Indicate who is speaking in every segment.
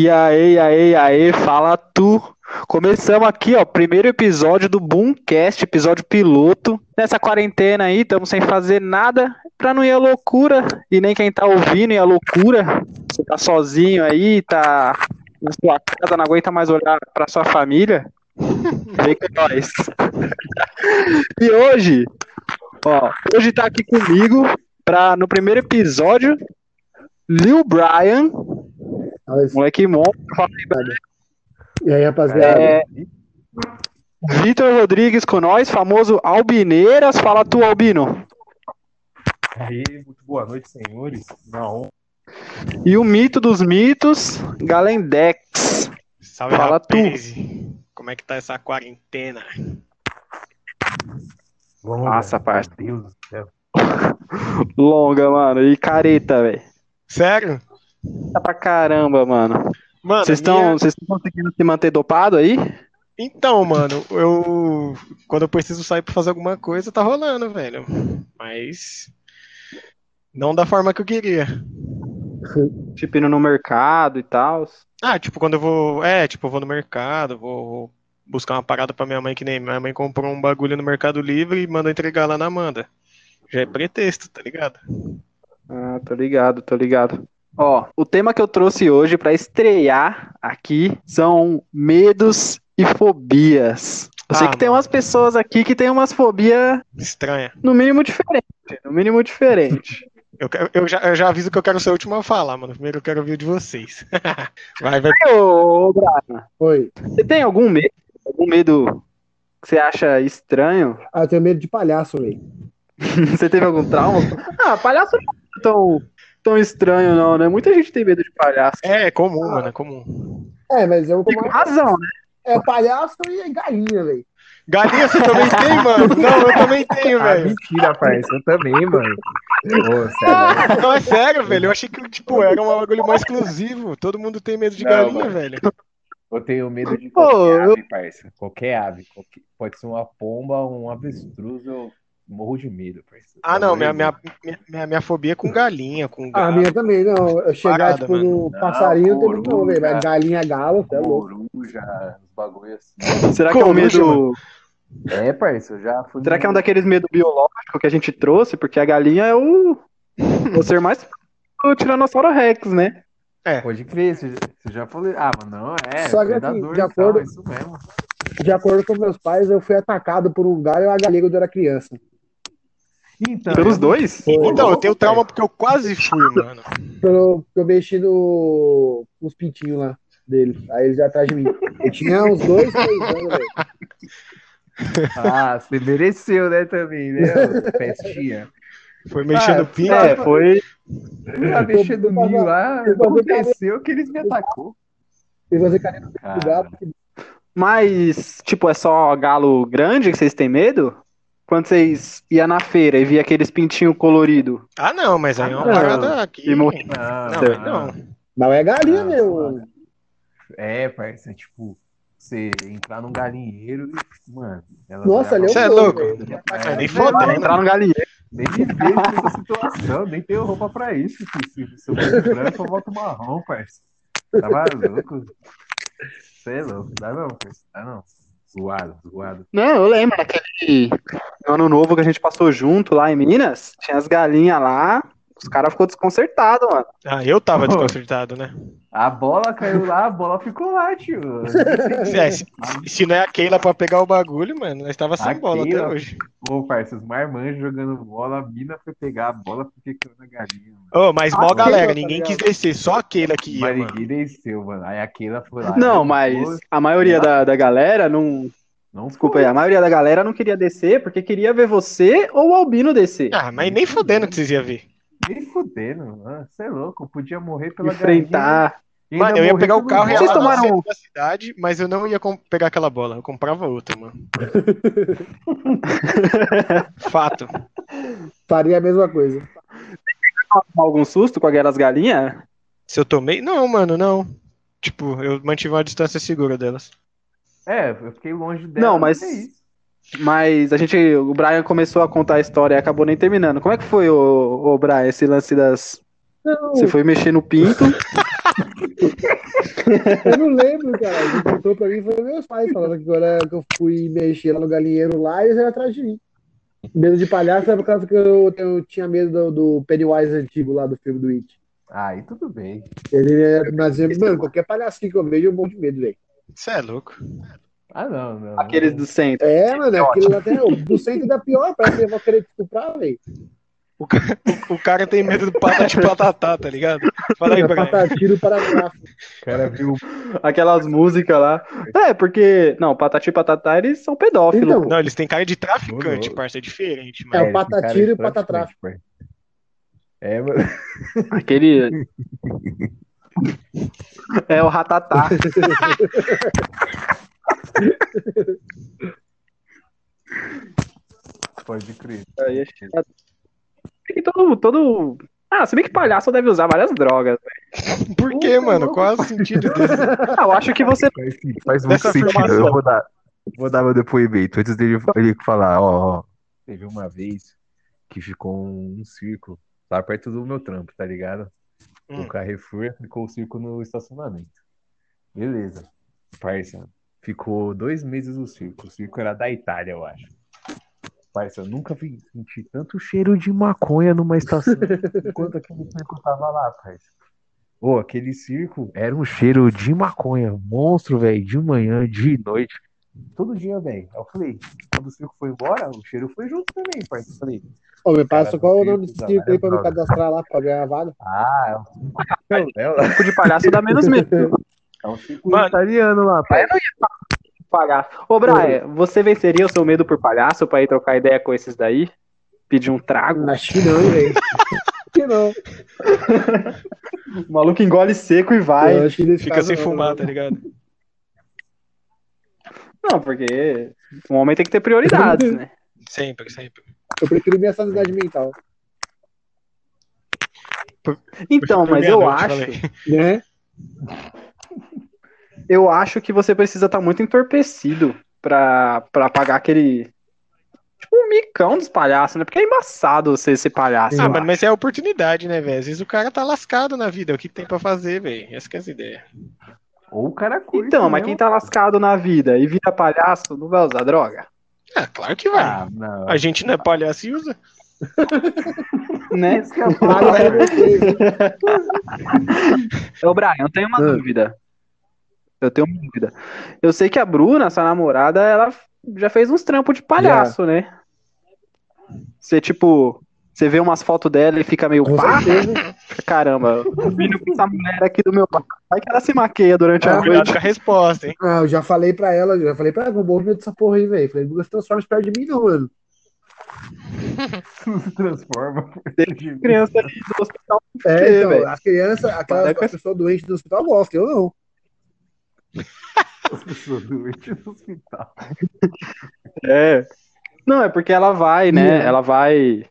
Speaker 1: E aí, e aí, e aí, fala tu. Começamos aqui, ó, primeiro episódio do Boomcast, episódio piloto. Nessa quarentena aí, estamos sem fazer nada pra não ir à loucura. E nem quem tá ouvindo ir à loucura. Você tá sozinho aí, tá na sua casa, não aguenta mais olhar pra sua família. Vem com nós. e hoje, ó, hoje tá aqui comigo pra, no primeiro episódio, Lil Brian,
Speaker 2: Mas-
Speaker 1: moleque monstro, fala aí,
Speaker 2: E aí, rapaziada?
Speaker 1: É, Vitor Rodrigues com nós, famoso Albineiras. Fala tu, Albino.
Speaker 3: Aí, muito boa noite, senhores. Na honra.
Speaker 1: E o mito dos mitos, Galendex.
Speaker 4: Salve,
Speaker 1: Fala,
Speaker 4: rapaz. Como é que tá essa quarentena?
Speaker 3: Vamos,
Speaker 5: Ah,
Speaker 1: Nossa, parça.
Speaker 3: meu Deus do céu.
Speaker 1: Longa, mano. E careta, velho.
Speaker 4: Sério?
Speaker 1: Tá pra caramba, mano. é-
Speaker 4: Mano,
Speaker 1: Vocês
Speaker 4: minha-
Speaker 1: estão conseguindo se manter dopado aí?
Speaker 4: Então, mano, eu... Quando eu preciso sair pra fazer alguma coisa, tá rolando, velho. Mas... Não da forma que eu queria.
Speaker 1: Tipo, indo no mercado e tal.
Speaker 4: Ah, tipo, quando eu vou... É, tipo, eu vou no mercado, vou buscar uma parada pra minha mãe, que nem minha mãe comprou um bagulho no Mercado Livre e manda entregar lá na Amanda. Já é pretexto, tá ligado?
Speaker 1: Ah, tô ligado, tô ligado. Ó, o tema que eu trouxe hoje pra estrear aqui são medos e fobias. Eu sei
Speaker 4: Ah,
Speaker 1: que tem
Speaker 4: mano.
Speaker 1: umas pessoas aqui que tem umas fobias,
Speaker 4: Estranha.
Speaker 1: no mínimo, diferente. No mínimo, diferente.
Speaker 4: Eu, quero- eu, já, eu já aviso que eu quero ser o último a falar, mano. Primeiro eu quero ouvir o de vocês. Vai, vai.
Speaker 1: Ô, ô, Bra,
Speaker 2: Oi.
Speaker 1: você tem algum medo? Algum medo que você acha estranho?
Speaker 2: Ah, eu tenho medo de palhaço, velho.
Speaker 1: Você teve algum trauma? Ah, palhaço não é tão, tão estranho, não, né? Muita gente tem medo de palhaço.
Speaker 4: É, é comum, mano, é comum.
Speaker 2: É, mas eu
Speaker 1: E com razão, né?
Speaker 2: É palhaço e é galinha, velho.
Speaker 4: Galinha, você também tem, mano? Não, eu também tenho,
Speaker 3: Ah,
Speaker 4: velho.
Speaker 3: mentira, parça. Eu também, mano. Ô, sério.
Speaker 4: Não, é sério, velho. Eu achei que, tipo, era um bagulho mais exclusivo. Todo mundo tem medo de
Speaker 5: Não,
Speaker 4: galinha,
Speaker 5: mano.
Speaker 4: velho.
Speaker 5: Eu tenho medo de
Speaker 1: Pô,
Speaker 5: qualquer
Speaker 1: eu-
Speaker 5: ave, parça. Qualquer ave. qualquer- Pode ser uma pomba, um avestruz, eu morro de medo, parça.
Speaker 4: Ah, não, minha,
Speaker 5: Morro de
Speaker 4: minha,
Speaker 5: medo.
Speaker 4: minha, minha, minha fobia é com galinha, com
Speaker 2: Ah, a
Speaker 4: gato.
Speaker 2: minha também, não. Eu chegar,
Speaker 4: Parada,
Speaker 2: tipo, no
Speaker 5: Não,
Speaker 2: passarinho, eu tenho medo, não,
Speaker 5: coruja.
Speaker 2: velho. Mas galinha, galo, você é louco.
Speaker 5: Coruja, uns bagulho assim.
Speaker 1: Será que é um
Speaker 4: Coruja,
Speaker 1: medo.
Speaker 5: É, parça, eu já fui.
Speaker 1: Será que é um daqueles medos biológicos que a gente trouxe? Porque a galinha é o, o ser mais próximo do Tiranossauro Rex, né?
Speaker 5: Pode crer, você já, você já falou. Ah, mas não, é.
Speaker 2: Só que, assim,
Speaker 5: predador,
Speaker 2: de
Speaker 5: e tal, é
Speaker 2: acordo-
Speaker 5: isso mesmo.
Speaker 2: De acordo com meus pais, eu fui atacado por um galo e uma galinha quando eu era criança.
Speaker 5: Então,
Speaker 1: Pelos
Speaker 5: eu-
Speaker 1: dois?
Speaker 4: Então, eu tenho trauma porque eu quase fui, mano.
Speaker 2: Pelo que eu mexi no... nos pintinhos lá dele. Aí eles iam atrás de mim. Eu tinha uns dois, três anos, velho.
Speaker 5: Ah, você mereceu, né, também, né? ô, Pestinha.
Speaker 4: Foi mexendo
Speaker 5: Ah,
Speaker 4: pinto.
Speaker 1: É, foi.
Speaker 5: Ah, mexendo mil lá,
Speaker 2: Eu tô-
Speaker 5: aconteceu que eles me atacou.
Speaker 2: E você carinha do
Speaker 5: Cara,
Speaker 2: gato. que-
Speaker 1: Mas, tipo, é só galo grande que vocês têm medo? Quando vocês iam na feira e via aqueles pintinhos coloridos
Speaker 4: Ah, não, mas aí é uma
Speaker 1: Ah, não.
Speaker 4: parada aqui.
Speaker 1: e morria.
Speaker 4: Não, aí não.
Speaker 2: Não é galinha,
Speaker 5: Ah,
Speaker 2: meu.
Speaker 5: claro.
Speaker 2: mano.
Speaker 5: É, parça, tipo, você entrar num galinheiro e, mano, ela
Speaker 2: Nossa, ali
Speaker 5: olhava-
Speaker 2: eu
Speaker 4: Cê é
Speaker 2: tô,
Speaker 4: louco?
Speaker 2: velho.
Speaker 4: É, nem
Speaker 5: foda,
Speaker 4: fodendo.
Speaker 1: entrar no galinheiro.
Speaker 5: nem me vejo nessa situação, nem tenho roupa pra isso. filho. Se, se eu boto branco, eu boto marrom, parça. Tá maluco? Você é louco, dá não, parça, dá não. Zoado, zoado.
Speaker 1: Não, eu lembro daquele no ano novo que a gente passou junto lá em Minas. Tinha as galinhas lá. Os caras ficou desconcertados, mano.
Speaker 4: Ah, eu tava desconcertado, né?
Speaker 5: A bola caiu lá, a bola ficou lá, tio.
Speaker 4: É, se, se não é a Keila pra pegar o bagulho, mano, nós tava sem
Speaker 5: A
Speaker 4: bola até
Speaker 5: Keila.
Speaker 4: hoje.
Speaker 5: Pô, parça, os marmanjos jogando bola, a mina foi pegar a bola porque caiu na galinha, mano.
Speaker 4: Ô, mas mó
Speaker 2: A
Speaker 4: galera,
Speaker 2: Keila,
Speaker 4: ninguém
Speaker 2: tá
Speaker 4: quis descer, só a Keila que ia,
Speaker 5: Mas
Speaker 4: mano.
Speaker 5: ninguém desceu, mano. Aí a Keila foi
Speaker 1: Não,
Speaker 5: lá. né? Pô,
Speaker 1: mas a maioria da, da galera não,
Speaker 5: Não
Speaker 1: Desculpa aí, a maioria da galera não queria descer porque queria ver você ou o Albino descer.
Speaker 4: Ah, mas nem fodendo que vocês iam ver.
Speaker 5: Nem fudendo, mano. Você é louco. Eu podia morrer pela galinha.
Speaker 1: enfrentar.
Speaker 5: e ainda
Speaker 4: Mano, eu ia
Speaker 5: morrer
Speaker 4: pegar o
Speaker 5: pelo
Speaker 4: carro e ia
Speaker 1: Vocês
Speaker 4: lá
Speaker 5: galo.
Speaker 1: tomaram-
Speaker 4: no centro da cidade, mas eu não ia com- pegar aquela bola. Eu comprava outra, mano. Fato.
Speaker 2: Faria é a mesma coisa.
Speaker 1: Algum susto com aquelas galinhas?
Speaker 4: Se eu tomei. Não, mano, não. Tipo, eu mantive uma distância segura delas.
Speaker 5: É, eu fiquei longe dela.
Speaker 1: Não, mas-
Speaker 5: é isso.
Speaker 1: Mas a gente, o Brian começou a contar a história e acabou nem terminando. Como é que foi, o, Brian, esse lance das.
Speaker 2: Não,
Speaker 1: Você foi mexer no pinto
Speaker 2: Eu não lembro, cara. Quem contou pra mim foi meus pais, falando que agora que eu fui mexer lá no galinheiro lá, eles eram atrás de mim. Medo de palhaço é por causa que eu, eu tinha medo do, do Pennywise antigo lá do filme do It.
Speaker 5: Aí tudo bem.
Speaker 2: Ele era, mas, mano, qualquer palhacinho que eu vejo, eu morro de medo, velho.
Speaker 4: Você é louco.
Speaker 5: Ah, não, não.
Speaker 1: Aqueles do centro.
Speaker 2: É, mano, é aquilo lá tem. O do centro da pior, parece que eu vou querer te comprar, velho.
Speaker 4: O cara tem medo do patati patatá, tá ligado? Fala aí, Brian.
Speaker 2: Patatiro para
Speaker 5: O cara viu.
Speaker 1: Aquelas músicas lá. É, porque. Não, Patati e Patatá, eles são pedófilos.
Speaker 2: Então,
Speaker 1: pô.
Speaker 4: Não, eles têm cara de
Speaker 5: Ô,
Speaker 4: traficante,
Speaker 5: louco.
Speaker 4: parça, é diferente,
Speaker 2: É,
Speaker 4: mano.
Speaker 2: o patatiro e o patatráfico.
Speaker 5: patatráfico. É, mano.
Speaker 1: Aquele. É o ratatá.
Speaker 5: Pode crer.
Speaker 1: Aí é chato. É que todo, todo. Ah, se bem que palhaço deve usar várias drogas.
Speaker 4: Por quê, mano? Qual é o sentido disso?
Speaker 1: Ah, eu acho que você.
Speaker 5: Faz, sentido, faz muito
Speaker 4: Dessa
Speaker 5: sentido.
Speaker 4: afirmação.
Speaker 5: Eu vou dar, vou dar meu depoimento. Antes dele, ele falar, ó, ó. Teve uma vez que ficou um, um circo lá perto do meu trampo, tá ligado?
Speaker 4: Hum.
Speaker 5: O Carrefour ficou o circo no estacionamento. Beleza. Parça, ficou dois meses o circo. O circo era da Itália, eu acho. Parça, eu nunca vi, senti tanto cheiro de maconha numa estação enquanto aquele circo tava lá, parça. Ô, aquele circo era um cheiro de maconha, monstro, velho, de manhã, de noite. Todo dia, velho. Eu falei, quando o circo foi embora, o cheiro foi junto também, parceiro. Eu falei,
Speaker 2: Ô, me passa
Speaker 5: Cara,
Speaker 2: qual é o
Speaker 5: tem
Speaker 2: nome
Speaker 5: que
Speaker 2: desse
Speaker 5: usar
Speaker 2: circo aí pra me
Speaker 5: várias
Speaker 2: cadastrar lá pra ganhar a vaga?
Speaker 5: ah, é um circo italiano.
Speaker 1: Tipo de palhaço dá menos medo
Speaker 5: É um circo
Speaker 4: Mano.
Speaker 5: italiano lá, pai.
Speaker 1: de palhaço. Ô, Brian, você venceria o seu medo por palhaço pra ir trocar ideia com esses daí? Pedir um trago?
Speaker 2: Acho que não, velho. Acho que não.
Speaker 1: O maluco engole seco e
Speaker 2: Eu
Speaker 1: vai.
Speaker 2: acho que nesse
Speaker 4: Fica
Speaker 2: caso
Speaker 4: sem
Speaker 2: não,
Speaker 4: fumar,
Speaker 2: não.
Speaker 4: tá ligado?
Speaker 1: Não, porque um homem tem que ter prioridades, né?
Speaker 4: Sempre, sempre.
Speaker 2: Eu prefiro minha sanidade mental.
Speaker 1: Então, mas eu
Speaker 4: Meia-noite,
Speaker 1: acho.
Speaker 4: falei.
Speaker 2: Né?
Speaker 1: Eu acho que você precisa estar muito entorpecido pra, pra pagar aquele. Tipo, um micão dos palhaços, né? Porque é embaçado você ser palhaço.
Speaker 4: Ah,
Speaker 1: eu
Speaker 4: mano,
Speaker 1: acho.
Speaker 4: mas é a oportunidade, né, velho? Às vezes o cara tá lascado na vida. O que que tem pra fazer, velho? Essa que é as ideias.
Speaker 5: Ou o cara
Speaker 4: é
Speaker 5: curte
Speaker 1: Então, mas quem
Speaker 5: mesmo.
Speaker 1: tá lascado na vida e vira palhaço não vai usar droga?
Speaker 4: Ah, claro que vai.
Speaker 1: tá-
Speaker 5: Ah, não.
Speaker 4: A gente não é palhaço e usa.
Speaker 1: Né?
Speaker 5: Isso que é bom,
Speaker 2: Paga pra
Speaker 5: né?
Speaker 2: vocês.
Speaker 1: Ô, Brian, eu tenho uma
Speaker 2: Ah.
Speaker 1: dúvida. Eu tenho uma dúvida. Eu sei que a Bruna, sua namorada, ela já fez uns trampos de palhaço, né? Você, tipo, você vê umas fotos dela e fica meio
Speaker 2: Com
Speaker 1: pá,
Speaker 2: certeza.
Speaker 1: caramba, eu combino com essa mulher aqui do meu lado. Vai que ela se maqueia durante a
Speaker 4: Cuidado
Speaker 1: noite.
Speaker 4: com a resposta, hein?
Speaker 2: Ah, eu já falei pra ela, eu já falei pra ela, não morro de medo dessa porra aí, velho. Falei, não se transforma perto de mim, não, mano.
Speaker 5: se transforma.
Speaker 1: Criança ali do hospital.
Speaker 2: É,
Speaker 1: Que,
Speaker 2: então,
Speaker 1: velho?
Speaker 2: as crianças, aquelas
Speaker 1: Maluco é-
Speaker 2: pessoas doentes do hospital gostam, eu não.
Speaker 5: As pessoas doentes no hospital.
Speaker 1: É. Não, é porque ela vai, né?
Speaker 2: Ia.
Speaker 1: Ela vai.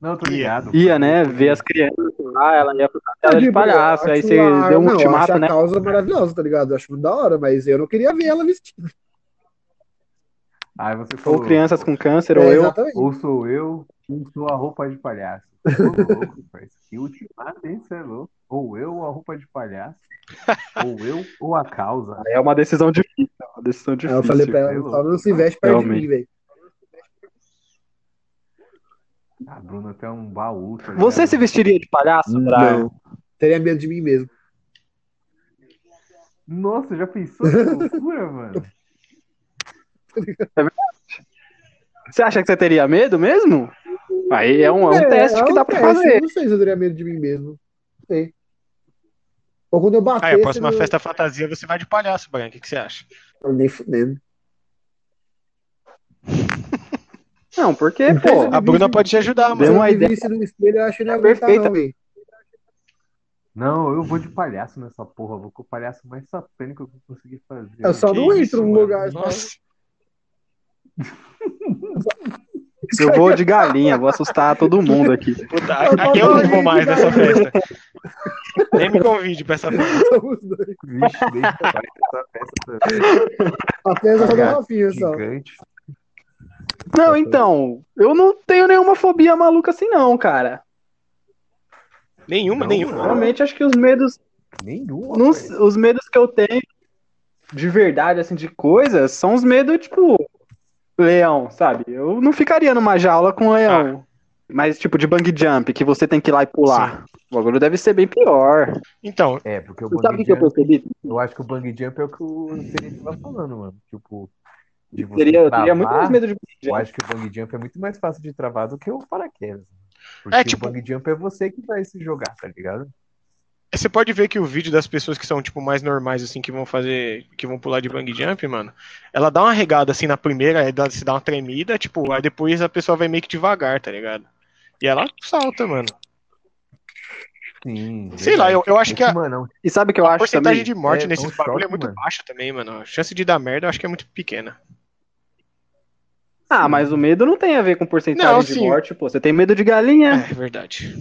Speaker 5: Não, tô ligado.
Speaker 1: Ia, né? Ver as crianças lá, ela ia pra ela de
Speaker 2: Tipo,
Speaker 1: palhaço.
Speaker 2: eu
Speaker 1: Aí
Speaker 2: acho
Speaker 1: você
Speaker 2: uma-
Speaker 1: deu um
Speaker 2: não, eu acho
Speaker 1: ultimato, né?
Speaker 2: a causa maravilhosa, tá ligado? Eu acho muito da hora, mas eu não queria ver ela vestida.
Speaker 5: Aí Ah, você falou,
Speaker 1: Ou crianças com câncer, ou
Speaker 2: É,
Speaker 1: eu.
Speaker 2: Exatamente.
Speaker 5: ou sou eu, ou sou a roupa de palhaço. Ô, louco, parceiro. Que ultimato, hein? Você é louco. Ou eu, ou a roupa de palhaço. ou eu, ou a causa.
Speaker 1: É uma decisão difícil. é Uma decisão
Speaker 2: Aí
Speaker 1: difícil.
Speaker 2: eu falei pra ela,
Speaker 5: velho.
Speaker 2: só não se veste perto de mim,
Speaker 1: Realmente.
Speaker 2: velho.
Speaker 5: A Bruna até um baú. tá
Speaker 1: Você
Speaker 5: ligado?
Speaker 1: se vestiria de palhaço, Brian?
Speaker 2: Não. Teria medo de mim mesmo.
Speaker 5: Nossa, já pensou que loucura, mano?
Speaker 1: Você acha que você teria medo mesmo? Aí é um, é um teste que
Speaker 2: é
Speaker 1: dá
Speaker 2: um
Speaker 1: pra
Speaker 2: teste,
Speaker 1: fazer.
Speaker 2: eu Não sei se eu teria medo de mim mesmo. Não sei. Ou quando eu bater.
Speaker 4: Aí, a próxima
Speaker 2: se eu-
Speaker 4: festa fantasia você vai de palhaço, Brian. O que, que você acha?
Speaker 2: Nem fudendo.
Speaker 1: Não, porque, pô,
Speaker 4: A Bruna pode te ajudar,
Speaker 1: Deu
Speaker 2: Se Ah,
Speaker 4: mano.
Speaker 2: eu
Speaker 1: uma
Speaker 2: me
Speaker 1: ideia.
Speaker 2: visse no espelho, eu acho que
Speaker 4: É
Speaker 2: eu não ia aguentar,
Speaker 1: Perfeita.
Speaker 2: não, velho.
Speaker 5: Não, eu vou de palhaço nessa porra. Vou com o palhaço mais satânico que eu conseguir fazer.
Speaker 2: Eu só
Speaker 4: Que
Speaker 2: não
Speaker 4: isso,
Speaker 2: entro num
Speaker 4: mano.
Speaker 2: lugar. só-
Speaker 4: Nossa,
Speaker 1: eu vou de galinha, vou assustar todo mundo aqui.
Speaker 4: puta.
Speaker 2: Eu
Speaker 4: Aqui eu
Speaker 2: tô
Speaker 4: não vou
Speaker 2: doido,
Speaker 4: mais
Speaker 2: cara.
Speaker 4: nessa festa. Nem me convide pra essa festa.
Speaker 2: Somos dois.
Speaker 5: Vixe, deixa eu fazer essa festa
Speaker 2: Apenas só do
Speaker 5: Cagado.
Speaker 2: Rafinha, só.
Speaker 5: gigante.
Speaker 1: Não, então, eu não tenho nenhuma fobia maluca assim, não, cara.
Speaker 4: Nenhuma,
Speaker 5: Não,
Speaker 4: nenhuma.
Speaker 5: mano.
Speaker 1: Realmente acho que os medos.
Speaker 5: Nenhuma.
Speaker 1: Não-
Speaker 5: parceiro.
Speaker 1: os medos que eu tenho de verdade, assim, de coisas, são os medos, tipo, leão, sabe? Eu não ficaria numa jaula com
Speaker 4: Ah.
Speaker 1: leão. Mas, tipo, de bang jump, que você tem que ir lá e pular. O bagulho deve ser bem pior.
Speaker 4: Então,
Speaker 5: É, porque o
Speaker 1: Você sabe o
Speaker 5: bungee
Speaker 1: que eu
Speaker 5: jump,
Speaker 1: percebi?
Speaker 5: eu acho que o bungee jump é o que o Serena tava falando, mano. Tipo, de você
Speaker 1: Teria, eu teria muito mais
Speaker 5: travar,
Speaker 1: medo de bungee
Speaker 5: Eu
Speaker 1: jump.
Speaker 5: acho que o bungee jump é muito mais fácil de travar do que o paraquedas. Porque
Speaker 4: É, tipo-
Speaker 5: o bungee jump é você que vai se jogar, tá ligado?
Speaker 4: É, você pode ver que o vídeo das pessoas que são, tipo, mais normais, assim, que vão fazer, que vão pular de bang jump, mano, ela dá uma regada, assim, na primeira, aí dá- se dá uma tremida, tipo, aí depois a pessoa vai meio que devagar, tá ligado? E ela salta, mano.
Speaker 5: Sim.
Speaker 4: Sei lá, eu, eu acho que a,
Speaker 5: Mano, um
Speaker 1: E sabe o que eu
Speaker 4: a
Speaker 1: acho
Speaker 4: porcentagem
Speaker 1: também?
Speaker 4: de morte
Speaker 5: é,
Speaker 4: nesses
Speaker 5: é um
Speaker 4: bagulho é
Speaker 5: choque,
Speaker 4: muito
Speaker 5: mano.
Speaker 4: baixa também, mano. A chance de dar merda eu acho que é muito pequena.
Speaker 1: Ah, mas o medo não tem a ver com porcentagem
Speaker 4: Não,
Speaker 1: de
Speaker 4: sim.
Speaker 1: morte, pô. Você tem medo de galinha.
Speaker 4: É verdade.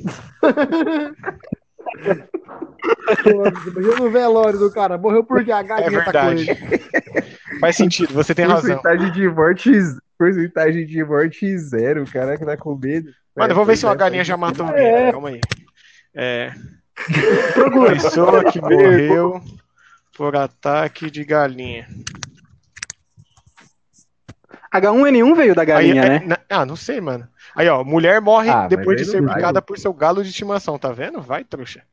Speaker 2: Pô, Imagina no velório do cara, morreu porque a
Speaker 4: É
Speaker 2: galinha tá com
Speaker 4: verdade.
Speaker 2: ele.
Speaker 4: Faz sentido, você tem razão.
Speaker 5: porcentagem de morte, porcentagem de morte zero, o cara que tá com medo.
Speaker 4: Mano, eu vou ver se uma galinha já matou alguém.
Speaker 1: né? É.
Speaker 4: Calma aí. É. Pessoa que morreu por ataque de galinha.
Speaker 1: H1N1 veio da galinha,
Speaker 4: Aí, é,
Speaker 1: né?
Speaker 4: na- ah, não sei, mano. Aí, ó, mulher morre
Speaker 5: Ah, mas
Speaker 4: depois de
Speaker 5: aí
Speaker 4: ser
Speaker 5: não vai,
Speaker 4: picada
Speaker 5: mano.
Speaker 4: por seu galo de estimação, tá vendo? Vai, trouxa.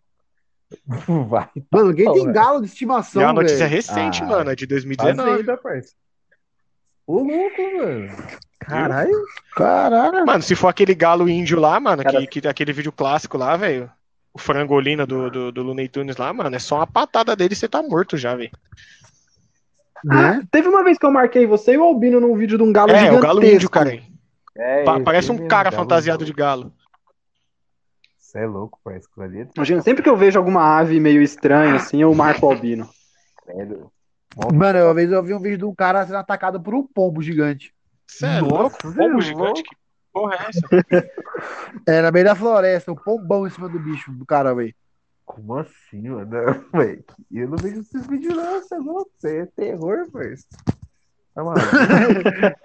Speaker 5: Vai.
Speaker 2: Mano, quem
Speaker 5: Porra.
Speaker 2: tem galo de
Speaker 4: e é uma
Speaker 2: estimação,
Speaker 4: notícia
Speaker 2: velho?
Speaker 4: recente,
Speaker 5: Ah,
Speaker 4: mano, é de
Speaker 5: Faz
Speaker 4: 2019.
Speaker 5: ainda, parceiro. Ô, louco, mano. Caralho.
Speaker 2: Caralho.
Speaker 4: Mano, se for aquele galo índio lá, mano,
Speaker 1: Cara-
Speaker 4: que, que- aquele vídeo clássico lá, velho. O frangolina do, do, do Looney Tunes lá, mano, é só uma patada dele e você tá morto já, velho.
Speaker 2: Né?
Speaker 1: Teve uma vez que eu marquei você e o Albino num vídeo de um galo
Speaker 4: É,
Speaker 1: gigantesco. né?
Speaker 4: o galo índio, cara.
Speaker 5: É,
Speaker 4: Pa-
Speaker 5: esse
Speaker 4: parece um
Speaker 5: mesmo,
Speaker 4: cara
Speaker 5: galo
Speaker 4: fantasiado de
Speaker 5: louco.
Speaker 4: galo.
Speaker 5: Cê é louco, parceiro. Aquilo ali é
Speaker 1: Imagina, sempre que eu vejo alguma ave meio estranha, assim, eu marco o albino.
Speaker 5: velho.
Speaker 2: Mano, uma vez eu vi um vídeo de um cara sendo atacado por um pombo gigante.
Speaker 4: Cê é
Speaker 5: Nossa,
Speaker 4: louco,
Speaker 5: cê é
Speaker 4: pombo
Speaker 5: louco.
Speaker 4: gigante, que porra é essa?
Speaker 2: É, na meio da floresta, um pombão em cima do bicho do cara, velho.
Speaker 5: Como assim, mano? Não, velho. Eu não vejo esses vídeos, não. Você é louco. Cê é terror, parceiro. Tá maluco.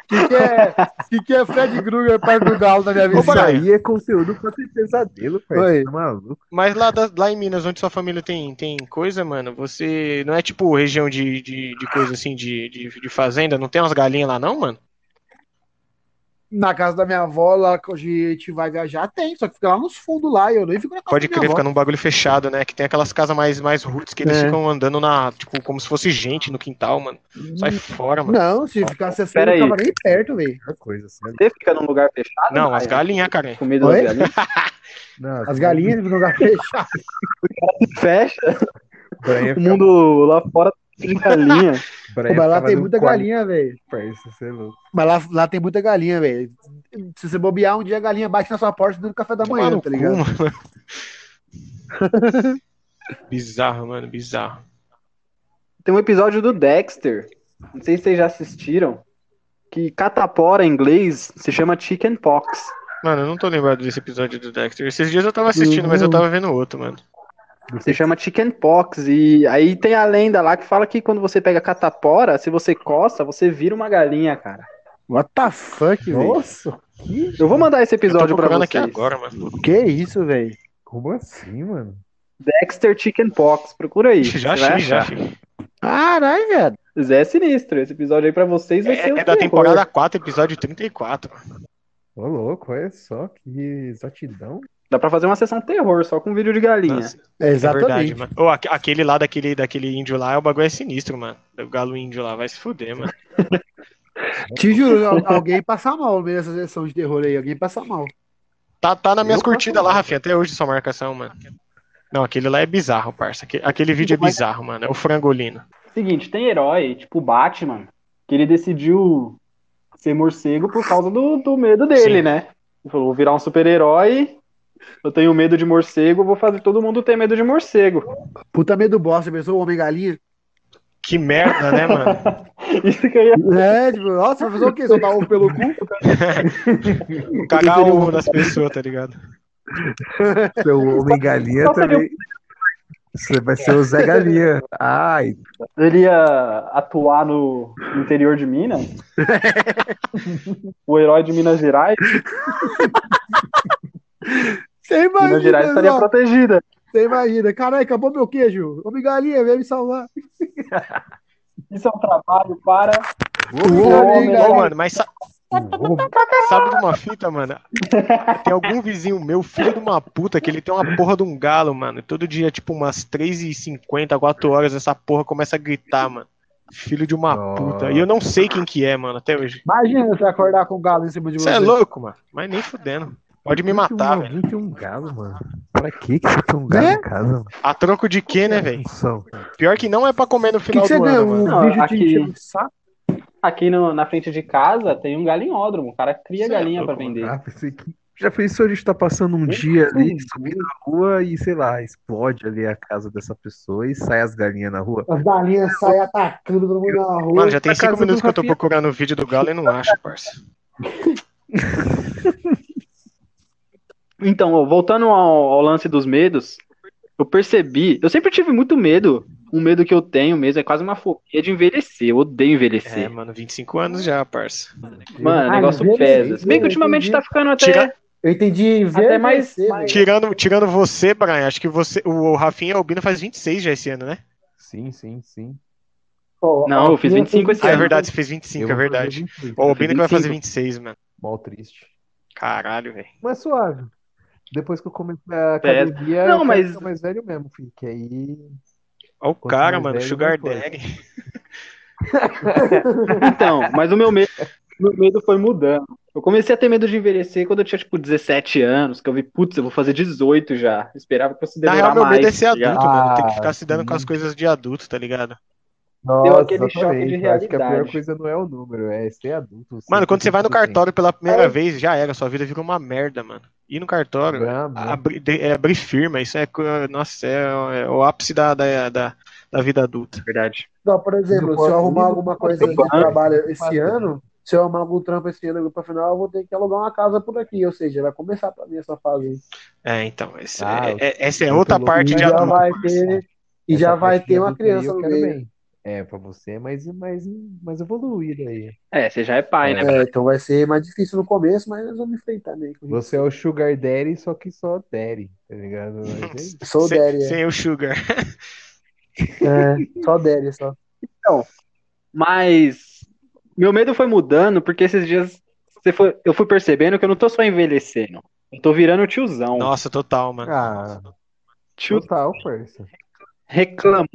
Speaker 2: Que que é, que que é Fred Krueger perto do galo na minha
Speaker 4: Ô,
Speaker 5: Isso
Speaker 2: vida?
Speaker 4: Brian.
Speaker 5: aí é conteúdo pra ter pesadelo,
Speaker 2: Oi.
Speaker 5: parceiro. Tá maluco?
Speaker 4: Mas lá, da- lá em Minas, onde sua família tem, tem coisa, mano, você. Não é tipo região de, de, de coisa assim, de, de, de fazenda? Não tem umas galinhas lá, não, mano?
Speaker 2: Na casa da minha avó, lá que hoje a gente vai viajar, tem, só que fica lá nos fundos lá, e eu nem fico na casa
Speaker 4: Pode
Speaker 2: da minha
Speaker 4: crer,
Speaker 2: avó.
Speaker 4: fica num bagulho fechado, né? Que tem aquelas casas mais, mais roots que eles
Speaker 2: É.
Speaker 4: ficam andando na. Tipo, como se fosse gente no quintal, mano. Sai fora, mano.
Speaker 2: Não, se ficasse assim,
Speaker 1: Pera
Speaker 2: eu não
Speaker 1: aí.
Speaker 2: tava nem perto, velho.
Speaker 5: Pior É coisa, sério.
Speaker 1: Você fica num lugar fechado?
Speaker 4: Não, as
Speaker 1: Maia?
Speaker 4: galinhas, cara. é
Speaker 1: Com medo
Speaker 2: Oi?
Speaker 1: das galinhas?
Speaker 5: Não, é
Speaker 2: As galinhas ficam lugar fechado.
Speaker 1: Fecha,
Speaker 5: Brian
Speaker 1: o
Speaker 5: fica-
Speaker 1: mundo lá fora tem galinha.
Speaker 5: Brian
Speaker 2: Mas lá
Speaker 5: ficava
Speaker 2: tem
Speaker 5: no
Speaker 2: muita
Speaker 5: quarto,
Speaker 2: galinha, velho.
Speaker 5: parceiro. Cê é louco.
Speaker 2: Mas lá, lá tem muita galinha, velho. Se você bobear, um dia a galinha bate na sua porta dando café da
Speaker 4: Tomar
Speaker 2: manhã,
Speaker 4: no
Speaker 2: tá
Speaker 4: cu,
Speaker 2: ligado?
Speaker 4: mano. bizarro, mano, bizarro.
Speaker 1: Tem um episódio do Dexter, não sei se vocês já assistiram, que catapora em inglês se chama chicken pox.
Speaker 4: Mano, eu não tô lembrado desse episódio do Dexter. Esses dias eu tava assistindo, mas eu tava vendo outro, mano.
Speaker 1: Se chama chicken pox. E aí tem a lenda lá que fala que quando você pega catapora, se você coça, você vira uma galinha, cara.
Speaker 2: What the fuck, velho?
Speaker 5: Nossa,
Speaker 1: Eu vou mandar esse
Speaker 4: Eu tô
Speaker 1: episódio pra
Speaker 4: procurando
Speaker 1: vocês.
Speaker 4: aqui agora, mano.
Speaker 2: Que isso, velho?
Speaker 5: como assim, mano?
Speaker 1: Dexter Chicken Pox, procura aí.
Speaker 4: Já
Speaker 1: você vai
Speaker 4: achei, já
Speaker 1: achar.
Speaker 4: achei.
Speaker 2: Caralho, velho.
Speaker 1: Mas é sinistro. Esse episódio aí pra vocês vai
Speaker 4: É,
Speaker 1: ser um
Speaker 4: é da
Speaker 1: terror.
Speaker 4: temporada 4, episódio 34.
Speaker 5: Ô, louco, olha só que exatidão.
Speaker 1: Dá pra fazer uma sessão terror só com vídeo de galinha.
Speaker 4: Nossa, é verdade,
Speaker 2: Exatamente.
Speaker 4: mano. Ô, aque- aquele lá daquele, daquele índio lá, o bagulho é sinistro, mano. O galo índio lá, vai se fuder, mano.
Speaker 2: Te juro, al- alguém passa mal nessa sessão de terror aí. Alguém passa mal.
Speaker 4: Tá, tá nas minhas
Speaker 5: Eu faço
Speaker 4: curtidas lá,
Speaker 5: mal.
Speaker 4: Rafinha, até hoje sua marcação, mano. Não, aquele lá é bizarro, parça. Aque- Aquele vídeo é bizarro, mano. É o frangolino.
Speaker 1: Seguinte, tem herói, tipo o Batman, que ele decidiu ser morcego por causa do, do medo dele,
Speaker 4: Sim.
Speaker 1: né? Ele falou, vou virar um super-herói, eu tenho medo de morcego, vou fazer todo mundo ter medo de morcego.
Speaker 2: Puta medo bosta, pensou o homem galinha?
Speaker 4: Que merda, né, mano?
Speaker 1: Isso que eu ia...
Speaker 2: É, tipo, nossa, pensou o quê? Soltar ovo pelo cu?
Speaker 4: Cagar o ovo das pessoas, tá ligado?
Speaker 5: Seu homem galinha
Speaker 1: Só seria
Speaker 5: também. Você vai ser o Zé Galinha. Ai,
Speaker 1: Ele ia atuar no interior de Minas. o herói de Minas Gerais.
Speaker 2: Você
Speaker 1: Minas Gerais
Speaker 2: imagina,
Speaker 1: estaria
Speaker 2: só,
Speaker 1: protegida.
Speaker 2: Você imagina, caralho, acabou meu queijo. Ô, migalhinha, vem me salvar.
Speaker 6: Isso é um trabalho para.
Speaker 2: Ô, migalhinha.
Speaker 4: Ô, mano, mas sa- sabe de uma fita, mano? Tem algum vizinho meu, filho de uma puta, que ele tem uma porra de um galo, mano. Todo dia, tipo, umas 3h50, 4 horas, essa porra começa a gritar, mano. Filho de uma puta. E eu não sei quem que é, mano, até hoje.
Speaker 2: Imagina você acordar com um galo em cima de
Speaker 4: Você
Speaker 2: você.
Speaker 4: é louco, mano. Mas nem fudendo. Pode me matar, velho.
Speaker 5: Alguém tem um galo, mano. Pra que que você tem um galo
Speaker 2: É?
Speaker 5: em casa, mano?
Speaker 4: A troco de quê, né, velho?
Speaker 5: Função.
Speaker 4: Pior que não é pra comer no
Speaker 2: O que,
Speaker 4: final
Speaker 2: que você
Speaker 4: do
Speaker 2: ganha?
Speaker 4: ano,
Speaker 2: Um
Speaker 4: mano.
Speaker 6: Não,
Speaker 2: vídeo
Speaker 6: aqui-
Speaker 2: te enchendo o saco?
Speaker 6: Aqui no- na frente de casa tem um galinhódromo. O cara cria
Speaker 4: Cê é
Speaker 6: galinha
Speaker 4: louco,
Speaker 6: pra vender.
Speaker 5: Ah, pensei que... Já pensou a gente tá passando um dia ali, subir na rua e, sei lá, explode ali a casa dessa pessoa e sai as galinhas na rua?
Speaker 2: As galinhas saem atacando todo mundo na rua.
Speaker 4: Mano, já tem
Speaker 5: Na
Speaker 4: cinco
Speaker 5: casa
Speaker 4: minutos
Speaker 5: do
Speaker 4: que eu tô
Speaker 5: Rafinha.
Speaker 4: procurando o vídeo do galo e não acho, parça.
Speaker 1: Então, ó, voltando ao, ao lance dos medos, eu percebi, eu sempre tive muito medo. Um medo que eu tenho mesmo é quase uma fobia de envelhecer. Eu odeio
Speaker 4: É,
Speaker 1: envelhecer.
Speaker 4: mano, 25 anos já, parça.
Speaker 1: Mano, o
Speaker 2: Ah,
Speaker 1: negócio
Speaker 2: envelhecer,
Speaker 1: pesa. Se bem que ultimamente tá ficando até.
Speaker 4: Tira-
Speaker 2: Eu entendi.
Speaker 1: Até mais-
Speaker 2: envelhecer,
Speaker 1: mais-
Speaker 2: velho.
Speaker 4: Tirando, tirando você, Brian, acho que você, o, o Rafinha e o Albino faz 26 já esse ano, né?
Speaker 5: Sim, sim, sim.
Speaker 2: Ó,
Speaker 1: Não,
Speaker 2: ó,
Speaker 1: eu fiz 25 esse
Speaker 4: Ah, é
Speaker 1: ano.
Speaker 4: verdade, você fez 25, é verdade. O Albino que vai fazer 26, mano.
Speaker 5: Mal triste.
Speaker 4: Caralho, velho.
Speaker 5: Mas suave. Depois que eu comecei
Speaker 4: É.
Speaker 5: a
Speaker 1: Pesa.
Speaker 5: academia,
Speaker 1: Não,
Speaker 5: eu quero
Speaker 1: mas-
Speaker 5: ficar mais velho mesmo, filho. Que aí.
Speaker 4: Olha o
Speaker 5: Quanto
Speaker 4: cara,
Speaker 5: mais
Speaker 4: mano,
Speaker 5: velho,
Speaker 4: Sugar
Speaker 5: mais coisa.
Speaker 4: Daddy.
Speaker 1: Então, mas o meu medo, meu medo foi mudando. Eu comecei a ter medo de envelhecer quando eu tinha, tipo, 17 anos, que eu vi, putz, eu vou fazer 18 já. Eu esperava que fosse
Speaker 4: Na
Speaker 1: demorar
Speaker 4: real, meu
Speaker 1: mais.
Speaker 4: medo é ser
Speaker 1: tá
Speaker 4: adulto,
Speaker 1: ligado?
Speaker 5: ligado?
Speaker 4: mano. Tem que ficar se dando
Speaker 5: Ah,
Speaker 4: com as coisas de adulto, tá ligado?
Speaker 5: Nossa,
Speaker 1: aquele choque de
Speaker 5: exatamente. Eu Acho que a pior
Speaker 1: realidade.
Speaker 5: coisa não é o número, é ser adulto.
Speaker 4: Mano, quando você vai no
Speaker 5: 100%.
Speaker 4: cartório pela primeira vez, já era, sua vida fica uma merda, mano. Ir no cartório,
Speaker 5: Ah, mano.
Speaker 4: abrir, de- é, abrir firma, isso é, co- nossa, é, é o ápice da, da, da, da vida adulta.
Speaker 1: Verdade.
Speaker 2: Não, então, por exemplo, se eu arrumar alguma coisa de trabalho esse ano, se eu arrumar algum trampo esse ano pra final, eu vou ter que alugar uma casa por aqui. Ou seja, vai começar pra mim essa fase. aí.
Speaker 4: É, então, esse-
Speaker 5: Ah,
Speaker 4: é- é- essa é
Speaker 5: eu tô
Speaker 4: outra
Speaker 5: louco.
Speaker 4: parte
Speaker 2: E
Speaker 4: de
Speaker 5: Entendi,
Speaker 2: já
Speaker 4: adulto.
Speaker 2: vai
Speaker 4: parça.
Speaker 2: ter, e
Speaker 5: Essa
Speaker 2: já vai
Speaker 5: parte
Speaker 2: ter
Speaker 5: da
Speaker 2: uma
Speaker 5: adulta aí eu
Speaker 2: criança no
Speaker 5: quero
Speaker 2: meio.
Speaker 5: bem. É, pra você é mais, mais, mais evoluído aí.
Speaker 1: É, você já é pai, né?
Speaker 2: É, então vai ser mais difícil no começo, mas nós vamos enfrentar meio que.
Speaker 5: Você é o Sugar Daddy, só que só Daddy, tá ligado? Mas
Speaker 2: Sou o
Speaker 4: sem,
Speaker 2: Daddy, é.
Speaker 4: sem o Sugar.
Speaker 2: É, só o Daddy, só.
Speaker 1: Mas meu medo foi mudando, porque esses dias você foi- eu fui percebendo que eu não tô só envelhecendo. Eu tô virando tiozão.
Speaker 4: Nossa, total,
Speaker 5: é-
Speaker 4: mano.
Speaker 5: Ah,
Speaker 1: Tio
Speaker 5: total, parça.
Speaker 1: reclamão,